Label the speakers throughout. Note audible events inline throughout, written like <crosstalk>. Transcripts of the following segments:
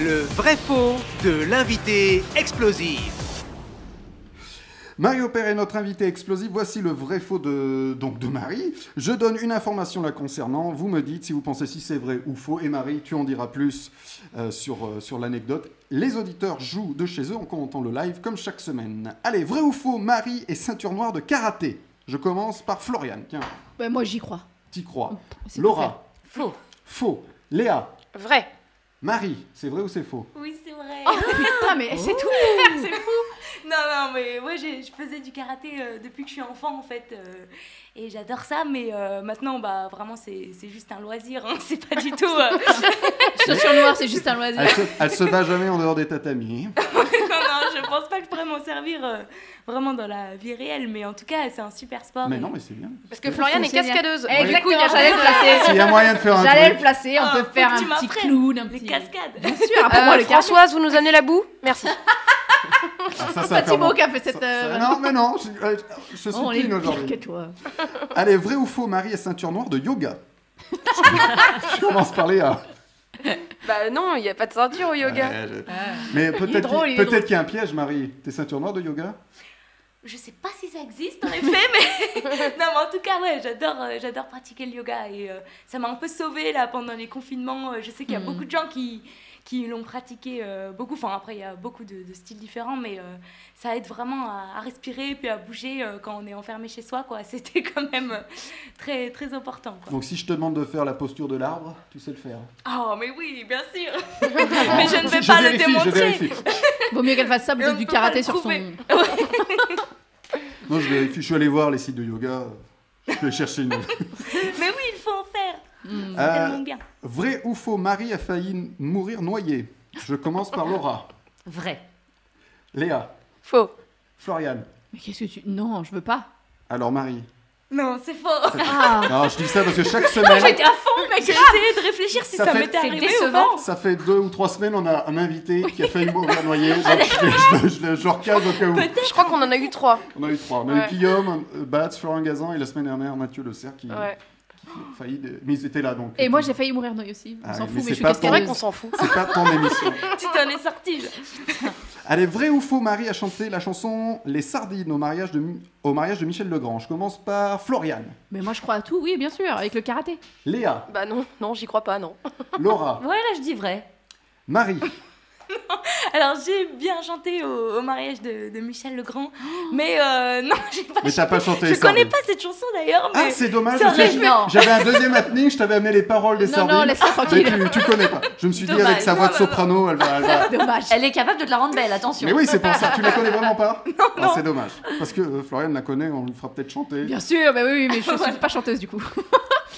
Speaker 1: Le vrai faux de l'invité explosif.
Speaker 2: Mario Père est notre invité explosif. Voici le vrai faux de, donc de Marie. Je donne une information la concernant. Vous me dites si vous pensez si c'est vrai ou faux. Et Marie, tu en diras plus euh, sur, euh, sur l'anecdote. Les auditeurs jouent de chez eux en commentant le live comme chaque semaine. Allez, vrai ou faux, Marie est ceinture noire de karaté. Je commence par Florian. Tiens,
Speaker 3: Bah, moi, j'y crois.
Speaker 2: t'y crois.
Speaker 3: C'est
Speaker 2: Laura,
Speaker 4: Faux.
Speaker 2: faux. Léa,
Speaker 4: Vrai.
Speaker 2: Marie, c'est vrai ou c'est faux
Speaker 5: Oui, c'est vrai.
Speaker 3: Oh putain, mais c'est tout.
Speaker 5: c'est fou. Non, non, mais moi, j'ai- je faisais du karaté euh, depuis que je suis enfant, en fait. euh, et j'adore ça, mais euh, maintenant, bah, vraiment, c'est c'est juste un loisir. hein, <laughs> c'est pas du tout. euh,
Speaker 3: Chaussures noires, c'est juste un loisir.
Speaker 2: elle se, elle se bat jamais en dehors des tatamis.
Speaker 5: non, non, <laughs> je pense pas que je pourrais m'en servir euh, vraiment dans la vie réelle, mais en tout cas, c'est un super sport.
Speaker 2: Mais
Speaker 5: et-
Speaker 2: non, mais c'est bien.
Speaker 4: Parce que Florian est
Speaker 3: C'est génial.
Speaker 4: cascadeuse.
Speaker 3: Eh,
Speaker 4: Du coup, il y a
Speaker 3: Exactement, j'allais le placer.
Speaker 2: S'il y a moyen de faire un
Speaker 3: J'allais le
Speaker 2: truc.
Speaker 3: placer, on
Speaker 5: Ah,
Speaker 3: peut
Speaker 5: faut
Speaker 3: faire
Speaker 5: que tu
Speaker 3: un petit
Speaker 5: m'apprennes.
Speaker 3: clown, un
Speaker 5: Les
Speaker 3: petit...
Speaker 5: cascades.
Speaker 3: Bien sûr, hein, pour moi,
Speaker 4: Euh,
Speaker 3: le cascade.
Speaker 4: Françoise, vous nous amenez la boue Merci.
Speaker 2: Ah, ça, ça
Speaker 3: C'est pas
Speaker 2: fermente.
Speaker 3: Thibaut qui a fait cette...
Speaker 2: Ça- ça-
Speaker 3: euh, Oh,
Speaker 2: Non, mais non, je, euh, je suis
Speaker 3: On est
Speaker 2: clean
Speaker 3: pire que
Speaker 2: aujourd'hui.
Speaker 3: toi.
Speaker 2: Allez, vrai ou faux, Marie est ceinture noire de
Speaker 3: <laughs>
Speaker 2: yoga. je commence par Léa.
Speaker 4: Bah non, il n'y a pas de ceinture au yoga.
Speaker 2: Ouais, je- Mais
Speaker 3: est
Speaker 2: peut-être
Speaker 3: drôle,
Speaker 2: qu'il
Speaker 3: Ah. il est
Speaker 2: peut-être qu'il y a un piège, Marie. T'es ceinture noire de yoga
Speaker 5: Je sais pas si ça existe en effet, mais
Speaker 2: <laughs>
Speaker 5: non, mais en tout cas, ouais, j'adore, euh, j'adore pratiquer le yoga et euh, ça m'a un peu sauvée là pendant les confinements. Euh, Je sais qu'il y a
Speaker 2: Hmm.
Speaker 3: Mhm.
Speaker 5: beaucoup de gens qui qui l'ont pratiqué euh, beaucoup. Enfin, après, il y a beaucoup de, de styles différents, mais euh, ça aide vraiment à, à respirer puis à bouger euh, quand on est enfermé chez soi, quoi. <laughs> C'était quand même euh, très très important, quoi.
Speaker 2: Donc si je te demande de faire la posture de l'arbre, tu sais le faire.
Speaker 5: Oh, mais oui, bien
Speaker 2: <laughs>
Speaker 5: sûr.
Speaker 3: Ah.
Speaker 5: mais je ne vais pas le
Speaker 2: vérifie, Je
Speaker 5: démontrer.
Speaker 2: vérifie.
Speaker 3: Vaut mieux qu'elle fasse ça plutôt
Speaker 5: Et on
Speaker 3: que du
Speaker 5: peut pas
Speaker 3: karaté
Speaker 5: le
Speaker 3: sur son...
Speaker 5: trouver.
Speaker 2: Non, je vérifie. Je suis allé voir les sites de yoga. Je vais chercher une.
Speaker 5: Mais oui, il faut en faire.
Speaker 3: Hmm.
Speaker 5: C'est
Speaker 2: Euh,
Speaker 5: tellement bien.
Speaker 2: Vrai ou faux, Marie a failli mourir noyée. Je commence par Laura,
Speaker 6: Vrai.
Speaker 2: Léa,
Speaker 4: Faux.
Speaker 2: Florian.
Speaker 3: Mais qu'est-ce que tu... Non, je veux pas.
Speaker 2: Alors Marie.
Speaker 5: Non, c'est faux.
Speaker 3: Ah,
Speaker 2: Non, je dis ça parce que chaque semaine,
Speaker 5: J'étais à fond, mec. J'ai essayé de réfléchir si
Speaker 2: Ça
Speaker 5: ça,
Speaker 2: fait-
Speaker 5: m'était
Speaker 6: C'est
Speaker 5: arrivé ou
Speaker 6: décevant.
Speaker 5: pas.
Speaker 2: Ça fait deux ou trois semaines, on a un invité qui a failli mourir noyé. Donc je, je, je, je- je recase au cas où.
Speaker 4: Je crois qu'on en a eu trois.
Speaker 2: On a eu trois. On a
Speaker 4: Ouais.
Speaker 2: eu Guillaume, euh, Batz, Florent Gazan et la semaine dernière Mathieu Le Cerf qui,
Speaker 4: Ouais.
Speaker 2: qui a failli. dé- Mais ils étaient là donc.
Speaker 3: et moi, j'ai failli mourir noyée aussi. On
Speaker 2: Ah
Speaker 3: s'en
Speaker 2: oui,
Speaker 3: fout,
Speaker 2: mais
Speaker 3: mais,
Speaker 2: c'est
Speaker 3: je suis
Speaker 2: pas pour-
Speaker 4: C'est vrai qu'on
Speaker 3: cascadeuse.
Speaker 4: s'en fout.
Speaker 2: C'est pas ton émission.
Speaker 5: Tu t'en es sorti.
Speaker 2: Allez, vrai ou faux, Marie a chanté la chanson Les Sardines au mariage de, Mi- au mariage de Michel Legrand. Je commence par Floriane,
Speaker 3: Mais moi, je crois à tout, oui, bien sûr, avec le karaté.
Speaker 2: Léa,
Speaker 4: Bah non, non, j'y crois pas, non.
Speaker 2: Laura,
Speaker 6: Ouais, là, je dis vrai.
Speaker 2: Marie.
Speaker 5: Alors j'ai bien chanté au, au mariage de, de Michel Legrand,
Speaker 6: Oh.
Speaker 5: mais euh, non, <laughs> j'ai pas.
Speaker 2: Mais t'as pas chanté
Speaker 5: Je
Speaker 2: les
Speaker 5: connais
Speaker 2: Sardines.
Speaker 5: pas cette chanson d'ailleurs,
Speaker 2: Ah,
Speaker 5: mais
Speaker 2: c'est dommage.
Speaker 5: Ça
Speaker 2: parce que
Speaker 5: aurait
Speaker 2: j'ai-
Speaker 5: pu.
Speaker 2: J'avais un deuxième happening, je t'avais amené les paroles des
Speaker 3: Non,
Speaker 2: Sardines.
Speaker 3: non, laisse-la
Speaker 2: mais <laughs>
Speaker 3: tranquille.
Speaker 2: tu, tu connais pas. Je me suis dit
Speaker 6: Dommage.
Speaker 2: avec sa voix de
Speaker 5: Non, non, non.
Speaker 2: soprano, elle va- elle
Speaker 5: <laughs>
Speaker 2: va,
Speaker 3: Dommage.
Speaker 6: Elle est capable de te la rendre belle, attention.
Speaker 2: Mais oui, c'est pour ça. Tu la connais vraiment pas Non,
Speaker 5: <laughs> non.
Speaker 2: C'est dommage. Parce que euh, Florian la connaît, on lui fera peut-être chanter.
Speaker 3: Bien sûr, bah oui, oui,
Speaker 5: <laughs>
Speaker 3: mais je suis pas chanteuse du coup.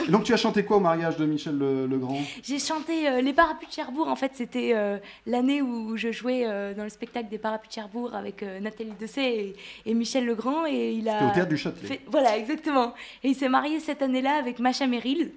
Speaker 2: Et donc tu as chanté quoi au mariage de Michel Le- Legrand
Speaker 5: j'ai chanté euh, les Parapluies de Cherbourg. En fait, c'était euh, l'année où je jouais euh, dans le spectacle des Parapluies de Cherbourg avec euh, Nathalie Dessay et, et Michel Legrand, et il
Speaker 2: C'était au
Speaker 5: a.
Speaker 2: théâtre du Châtelet.
Speaker 5: fait- Voilà, exactement. Et il s'est marié cette année-là avec Macha Merrill.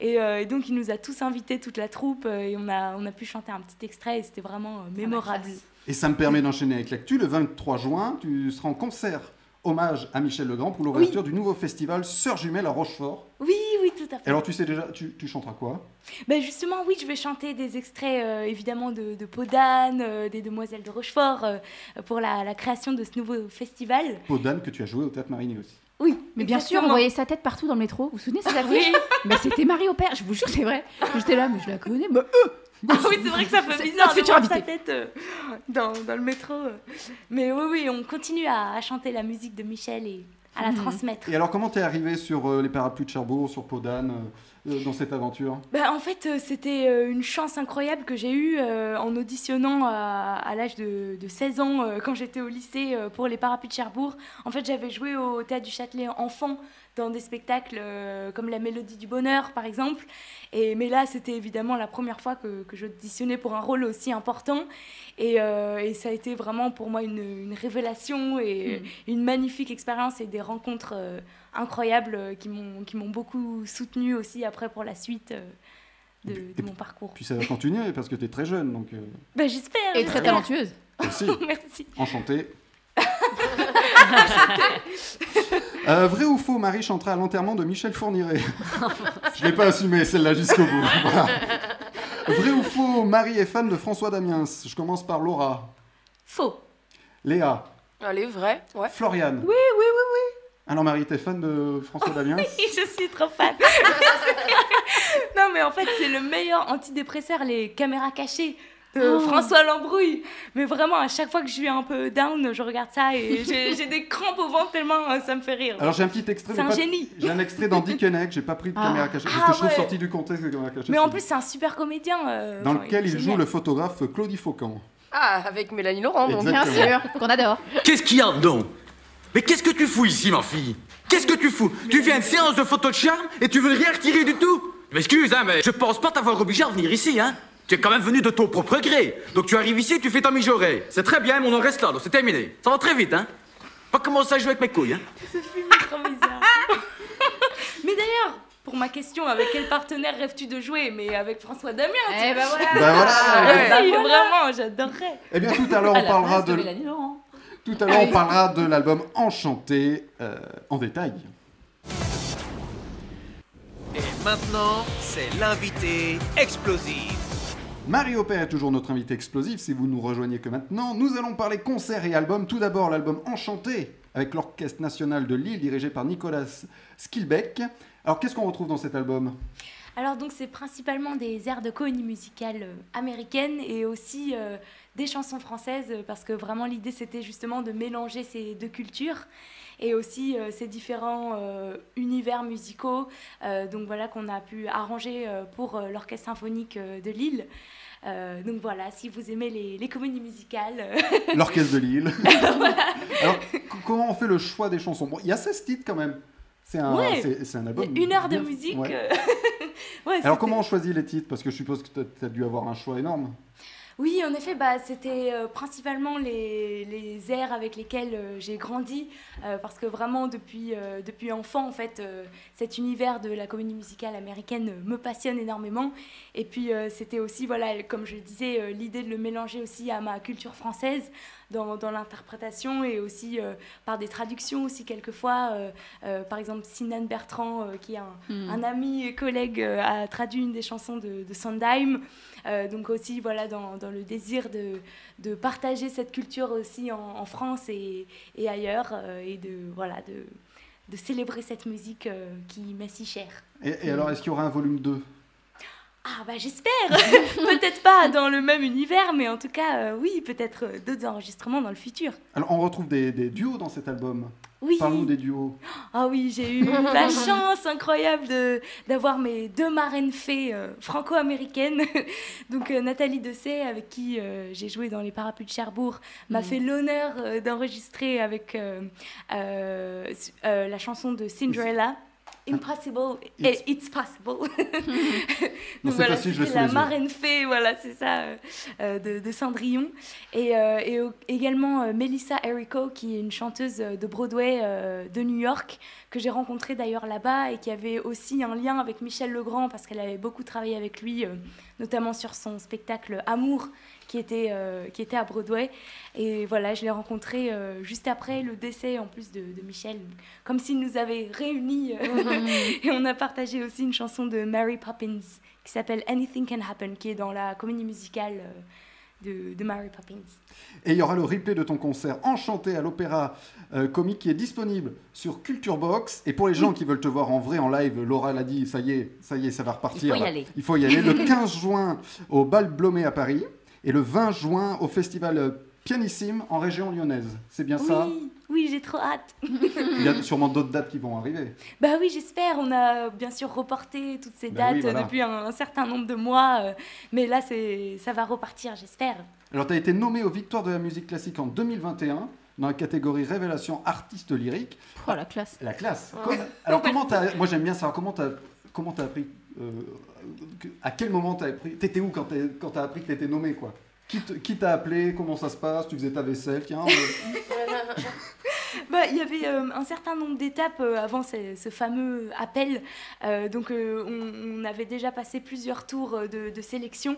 Speaker 5: Et, euh, et donc, il nous a tous invités, toute la troupe, euh, et on a, on a pu chanter un petit extrait, et c'était vraiment euh,
Speaker 3: Ah,
Speaker 5: mémorable.
Speaker 2: Et ça me permet d'enchaîner avec l'actu. Le 23 juin, tu seras en concert hommage à Michel Legrand pour l'ouverture du nouveau festival Sœurs Jumelles à Rochefort.
Speaker 5: oui, oui, tout à fait.
Speaker 2: Et alors tu sais déjà, tu, tu chanteras quoi
Speaker 5: Ben justement, oui, je vais chanter des extraits euh, évidemment de, de Podane, euh, des Demoiselles de Rochefort, euh, pour la, la création de ce nouveau festival.
Speaker 2: Podane que tu as joué au théâtre Marigny aussi.
Speaker 5: Oui,
Speaker 3: Mais bien sûr, on voyait sa tête partout dans le métro. Vous vous souvenez de cette affiche
Speaker 5: Ah Oui,
Speaker 3: <laughs> Mais c'était Marie au père, je vous jure, c'est vrai. J'étais là, mais je la connais. mais- euh
Speaker 5: Ah oui, c'est vrai que ça fait
Speaker 3: C'est
Speaker 5: bizarre
Speaker 3: notre
Speaker 5: de voir
Speaker 3: futur
Speaker 5: sa tête euh, dans, dans le métro. euh. Mais oui, oui, on continue à, à chanter la musique de Michel et à la
Speaker 3: Mhm.
Speaker 5: transmettre.
Speaker 2: Et alors comment t'es arrivé sur euh, les parapluies de Cherbourg, sur Podane, euh, euh, dans cette aventure
Speaker 5: Bah, en fait, euh, c'était euh, une chance incroyable que j'ai eue euh, en auditionnant à, à l'âge de, de 16 ans, euh, quand j'étais au lycée, euh, pour les Parapluies de Cherbourg. En fait, j'avais joué au Théâtre du Châtelet enfant dans des spectacles euh, comme La Mélodie du Bonheur, par exemple. Et, mais là, c'était évidemment la première fois que, que j'auditionnais pour un rôle aussi important. Et, euh, et ça a été vraiment pour moi une, une révélation et
Speaker 3: Hmm.
Speaker 5: une magnifique expérience et des rencontres euh, incroyables euh, qui m'ont qui m'ont beaucoup soutenue aussi après pour la suite euh, de,
Speaker 2: Et puis-
Speaker 5: de mon parcours.
Speaker 2: Puis ça va continuer parce que t'es très jeune, donc euh,
Speaker 5: Bah, j'espère.
Speaker 3: Et
Speaker 5: <laughs>
Speaker 3: très
Speaker 5: j'espère.
Speaker 3: talentueuse.
Speaker 2: aussi.
Speaker 5: Merci.
Speaker 2: Enchanté. Euh, vrai ou faux, Marie chantera à l'enterrement de Michel Fourniret. Je l'ai pas assumé celle-là jusqu'au bout. Voilà. Vrai ou faux, Marie est fan de François Damiens. Je commence par Laura.
Speaker 6: Faux.
Speaker 2: Léa.
Speaker 4: Elle est vraie, ouais.
Speaker 2: Floriane. Oui, oui, oui, oui. Alors Marie, t'es fan de François Damiens <laughs>
Speaker 5: Je suis trop fan. <laughs> non, mais en fait, c'est le meilleur antidépresseur, les caméras cachées. de
Speaker 6: Oh.
Speaker 5: François Lambrouille. Mais vraiment, à chaque fois que je suis un peu down, je regarde ça et j'ai j'ai des crampes au ventre tellement euh, ça me fait rire.
Speaker 2: Alors j'ai un petit extrait.
Speaker 5: C'est
Speaker 2: mais
Speaker 5: un
Speaker 2: pas-
Speaker 5: génie.
Speaker 2: J'ai un extrait dans Dick and Egg, j'ai pas pris de
Speaker 3: Ah.
Speaker 2: caméra cachée. Parce
Speaker 5: Ah
Speaker 2: que je trouve
Speaker 5: ouais.
Speaker 2: sorti du contexte de caméra cachée.
Speaker 5: Mais en
Speaker 2: c'est-
Speaker 5: plus, c'est un super comédien. euh,
Speaker 2: Dans
Speaker 5: enfin,
Speaker 2: lequel il
Speaker 5: est
Speaker 2: joue
Speaker 5: génial.
Speaker 2: le photographe Claudie Faucan.
Speaker 4: Ah, avec Mélanie Laurent, donc.
Speaker 2: Exact.
Speaker 3: Bien
Speaker 2: Exactement.
Speaker 3: sûr, qu'on adore.
Speaker 7: Qu'est-ce qu'il y a dedans Mais qu'est-ce que tu fous ici, ma fille Qu'est-ce que tu fous Tu fais une séance de photo de charme et tu veux rien retirer du tout Je M'excuse, hein, mais je pense pas t'avoir obligé à venir ici, hein Tu es quand même venu de ton propre gré. Donc tu arrives ici, tu fais ta mijaurée. C'est très bien, mais on en reste là, donc c'est terminé. Ça va très vite, hein Pas commencer à jouer avec mes couilles, hein
Speaker 5: Ce film est
Speaker 2: <laughs>
Speaker 5: trop bizarre. mais d'ailleurs, pour ma question, avec quel partenaire rêves-tu de jouer Mais avec François Damien.
Speaker 3: Eh ben voilà.
Speaker 2: Bah voilà.
Speaker 4: ouais.
Speaker 5: Ah, Vraiment, j'adorerais.
Speaker 2: Eh bien tout à l'heure
Speaker 6: à
Speaker 2: on
Speaker 6: la
Speaker 2: parlera
Speaker 6: place
Speaker 2: de,
Speaker 6: Mélanie Laurent.
Speaker 2: tout à l'heure on parlera de l'album Enchanté euh, en détail.
Speaker 1: Et maintenant, c'est l'invité explosif.
Speaker 2: Marie Aubert est toujours notre invité explosif. Si vous nous rejoignez que maintenant, nous allons parler concerts et albums. Tout d'abord l'album Enchanté avec l'Orchestre national de Lille dirigé par Nicolas Skilbeck. Alors qu'est-ce qu'on retrouve dans cet album
Speaker 5: Alors donc c'est principalement des airs de comédie musicale euh, américaine et aussi euh, des chansons françaises euh, parce que vraiment l'idée c'était justement de mélanger ces deux cultures et aussi euh, ces différents euh, univers musicaux euh, donc voilà qu'on a pu arranger euh, pour euh, l'orchestre symphonique euh, de Lille. Euh, donc voilà, si vous aimez les, les comédies musicales, euh,
Speaker 2: L'orchestre de
Speaker 5: <laughs>
Speaker 2: Lille. Alors, c- comment on fait le choix des chansons Bon, il y a 16 titres quand même. C'est un,
Speaker 5: Ouais.
Speaker 2: c'est- c'est un album.
Speaker 5: <laughs> une heure de
Speaker 2: bien-
Speaker 5: musique.
Speaker 2: ouais.
Speaker 5: euh, <laughs> ouais,
Speaker 2: Alors,
Speaker 5: c'était-
Speaker 2: comment on choisit les titres Parce que je suppose que tu as dû avoir un choix énorme.
Speaker 5: Oui, en effet, bah, c'était euh, principalement les, les airs avec lesquels euh, j'ai grandi, euh, parce que vraiment depuis, euh, depuis enfant, en fait, euh, cet univers de la comédie musicale américaine euh, me passionne énormément. Et puis euh, c'était aussi, voilà, comme je le disais, euh, l'idée de le mélanger aussi à ma culture française dans, dans l'interprétation et aussi euh, par des traductions aussi quelquefois. Euh, euh, par exemple, Sinan Bertrand, euh, qui est un, un ami et collègue euh, a traduit une des chansons de, de Sondheim. Euh, donc aussi, voilà, dans, dans le désir de, de partager cette culture aussi en, en France et, et ailleurs, euh, et de, voilà, de, de célébrer cette musique euh, qui m'est si chère.
Speaker 2: Et, et alors, est-ce qu'il y aura un volume 2
Speaker 5: Ah bah j'espère Peut-être pas dans le même univers, mais en tout cas, euh, oui, peut-être euh, d'autres enregistrements dans le futur.
Speaker 2: Alors, on retrouve des, des duos dans cet album.
Speaker 5: Oui
Speaker 2: Parle-nous des duos.
Speaker 5: Ah oui, j'ai eu la chance incroyable de d'avoir mes deux marraines fées euh, franco-américaines. Donc euh, Nathalie Dessay, avec qui euh, j'ai joué dans Les Parapluies de Cherbourg, m'a
Speaker 6: Mm.
Speaker 5: fait l'honneur euh, d'enregistrer avec euh, euh, su- euh, la chanson de Cinderella. Impossible,
Speaker 2: It's-
Speaker 5: et
Speaker 2: <laughs>
Speaker 5: it's possible.
Speaker 2: Non,
Speaker 5: Donc
Speaker 2: c'est
Speaker 5: voilà,
Speaker 2: facile, je l'ai
Speaker 5: c'était
Speaker 2: sous
Speaker 5: la
Speaker 2: les yeux.
Speaker 5: marraine fée, voilà, c'est ça, euh, euh, de, de Cendrillon. Et, euh, et au- également euh, Melissa Errico, qui est une chanteuse euh, de Broadway euh, de New York, que j'ai rencontrée d'ailleurs là-bas et qui avait aussi un lien avec Michel Legrand, parce qu'elle avait beaucoup travaillé avec lui, euh, notamment sur son spectacle Amour, qui était, euh, qui était à Broadway. Et voilà, je l'ai rencontrée euh, juste après le décès en plus de, de Michel, comme s'il nous avait réunis. euh, <laughs> et on a partagé aussi une chanson de Mary Poppins qui s'appelle Anything Can Happen, qui est dans la comédie musicale euh, de, de Mary Poppins.
Speaker 2: Et il y aura le replay de ton concert Enchanté à l'Opéra euh, Comique qui est disponible sur Culture Box. Et pour les gens qui veulent te voir en vrai, en live, Laura l'a dit, ça y est, ça y est, ça va repartir.
Speaker 6: Il faut y aller.
Speaker 2: Il faut
Speaker 6: <laughs>
Speaker 2: y aller. Le 15 juin au Bal Blomé à Paris et le 20 juin au Festival euh, Pianissime en région lyonnaise. C'est bien ça
Speaker 5: Oui, oui, j'ai trop hâte.
Speaker 2: Il y a sûrement d'autres dates qui vont arriver.
Speaker 5: Bah oui, j'espère. On a bien sûr reporté toutes ces
Speaker 2: Bah
Speaker 5: dates
Speaker 2: oui, voilà.
Speaker 5: euh, depuis un, un certain nombre de mois, euh, mais là, c'est, ça va repartir, j'espère.
Speaker 2: Alors, tu as été nommé aux Victoires de la musique classique en 2021 dans la catégorie Révélation artiste lyrique.
Speaker 3: Oh la classe.
Speaker 2: La classe. Comme- Alors, comment t'as. Moi, j'aime bien savoir comment t'as comment t'as appris. euh, que- à quel moment t'as appris. T'étais où quand t'es- quand t'as appris que t'étais nommé, quoi qui te- qui t'a appelé Comment ça se passe Tu faisais ta vaisselle Tiens. euh,
Speaker 5: Bah, il y avait euh, un certain nombre d'étapes euh, avant ce, ce fameux appel. Euh, donc, euh, on, on avait déjà passé plusieurs tours euh, de, de sélection.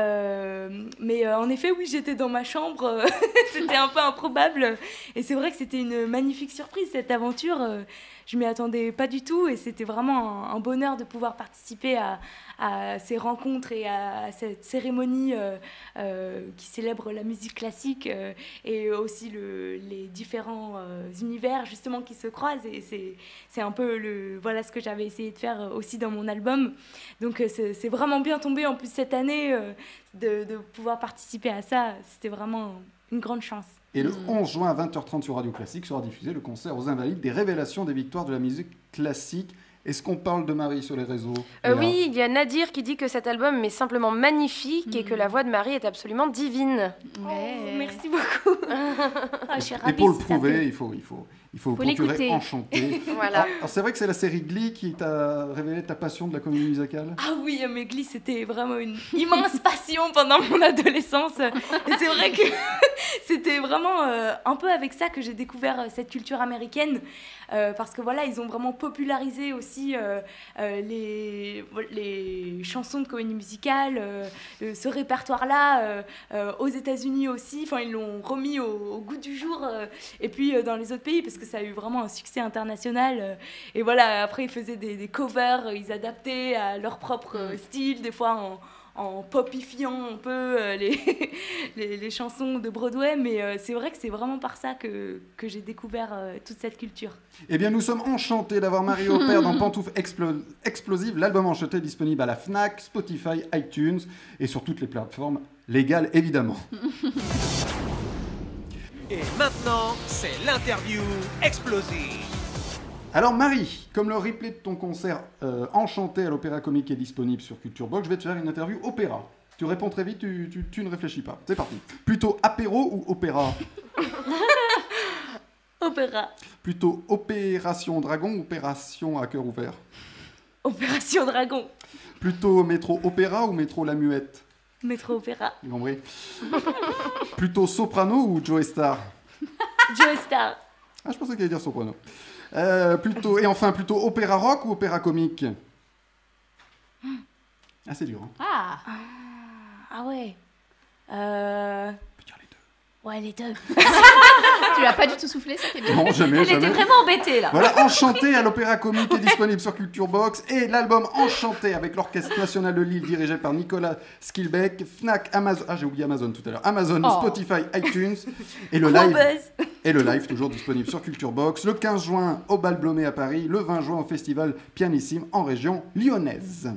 Speaker 5: Euh, mais euh, en effet, oui, j'étais dans ma chambre. <laughs> c'était un peu improbable. Et c'est vrai que c'était une magnifique surprise, cette aventure. Euh, Je m'y attendais pas du tout. Et c'était vraiment un, un bonheur de pouvoir participer à, à ces rencontres et à cette cérémonie euh, euh, qui célèbre la musique classique. euh, et aussi le- les différents euh, univers justement qui se croisent et c'est c'est un peu le voilà ce que j'avais essayé de faire euh, aussi dans mon album donc euh, c'est c'est vraiment bien tombé en plus cette année euh, de, de pouvoir participer à ça c'était vraiment une grande chance
Speaker 2: Et le 11 juin à 20h30 sur Radio Classique sera diffusé le concert aux Invalides des révélations des victoires de la musique classique. Est-ce qu'on parle de Marie sur les réseaux
Speaker 4: Euh,
Speaker 2: Léa
Speaker 4: oui, il y a Nadir qui dit que cet album est simplement magnifique
Speaker 3: Mm.
Speaker 4: et que la voix de Marie est absolument divine.
Speaker 5: Oh, merci beaucoup <laughs> Ah, je suis
Speaker 2: Et
Speaker 5: ravie,
Speaker 2: pour le
Speaker 5: ça fait-
Speaker 2: prouver, il faut, il faut, il faut, vous procurer
Speaker 3: l'écouter.
Speaker 2: Enchanté.
Speaker 4: Voilà.
Speaker 2: Alors, c'est vrai que c'est la série Glee qui t'a révélé ta passion de la comédie musicale
Speaker 5: Ah oui, mais Glee, c'était vraiment une immense <laughs> passion pendant mon adolescence. Et c'est vrai que <laughs> c'était vraiment euh, un peu avec ça que j'ai découvert euh, cette culture américaine. Euh, parce que voilà, ils ont vraiment popularisé aussi euh, euh, les, les chansons de comédie musicale, euh, euh, ce répertoire-là, euh, euh, aux États-Unis aussi. Enfin, ils l'ont remis au, au goût du jour. euh, et puis euh, dans les autres pays, parce que ça a eu vraiment un succès international. euh, et voilà, après, ils faisaient des, des covers, euh, ils adaptaient à leur propre
Speaker 2: Mm.
Speaker 5: euh, style, des fois en, en popifiant un peu euh, <laughs> les, les, les chansons de Broadway. Mais euh, c'est vrai que c'est vraiment par ça que, que j'ai découvert euh, toute cette culture.
Speaker 2: Eh bien, nous sommes enchantés d'avoir Marie Aubert dans Pantoufles Explo- Explosives. L'album enchanté est disponible à la Fnac, Spotify, iTunes et sur toutes les plateformes légales, évidemment.
Speaker 1: Et maintenant, c'est l'interview explosive.
Speaker 2: Alors Marie, comme le replay de ton concert euh, Enchanté à l'Opéra Comique est disponible sur Culture Box, je vais te faire une interview opéra. Tu réponds très vite, tu, tu- tu ne réfléchis pas. C'est parti. Plutôt apéro ou opéra
Speaker 5: Opéra.
Speaker 2: Plutôt opération dragon ou opération à cœur ouvert
Speaker 5: Opération Dragon.
Speaker 2: Plutôt métro opéra ou métro la muette
Speaker 5: Métro
Speaker 2: <laughs>
Speaker 5: Opéra.
Speaker 2: Vous comprenez Plutôt soprano ou Joe Star
Speaker 5: Joe Star.
Speaker 2: Ah, je pensais qu'il allait dire soprano. Euh, plutôt, et enfin, plutôt opéra rock ou opéra
Speaker 6: <gasps>
Speaker 2: comique Ah, c'est dur. hein.
Speaker 3: Ah,
Speaker 5: Ah ouais. Euh,
Speaker 2: On peut dire les deux.
Speaker 5: Ouais, les deux.
Speaker 3: Ah, tu l'as pas du tout soufflé, ça qui est bien.
Speaker 2: Non, jamais,
Speaker 6: Elle
Speaker 2: jamais.
Speaker 6: était vraiment embêtée là.
Speaker 2: Voilà, Enchanté à l'Opéra Comique est disponible sur Culture Box et l'album Enchanté avec l'Orchestre National de Lille dirigé par Nicolas Skilbeck, Fnac, Amazon, ah j'ai oublié Amazon tout à l'heure, Amazon,
Speaker 3: Oh.
Speaker 2: Spotify,
Speaker 6: <laughs>
Speaker 2: iTunes et le
Speaker 5: Gros
Speaker 2: live
Speaker 5: buzz.
Speaker 2: et le live toujours disponible sur Culture Box le 15 juin au Bal Blomé à Paris, le 20 juin au festival Pianissime en région lyonnaise.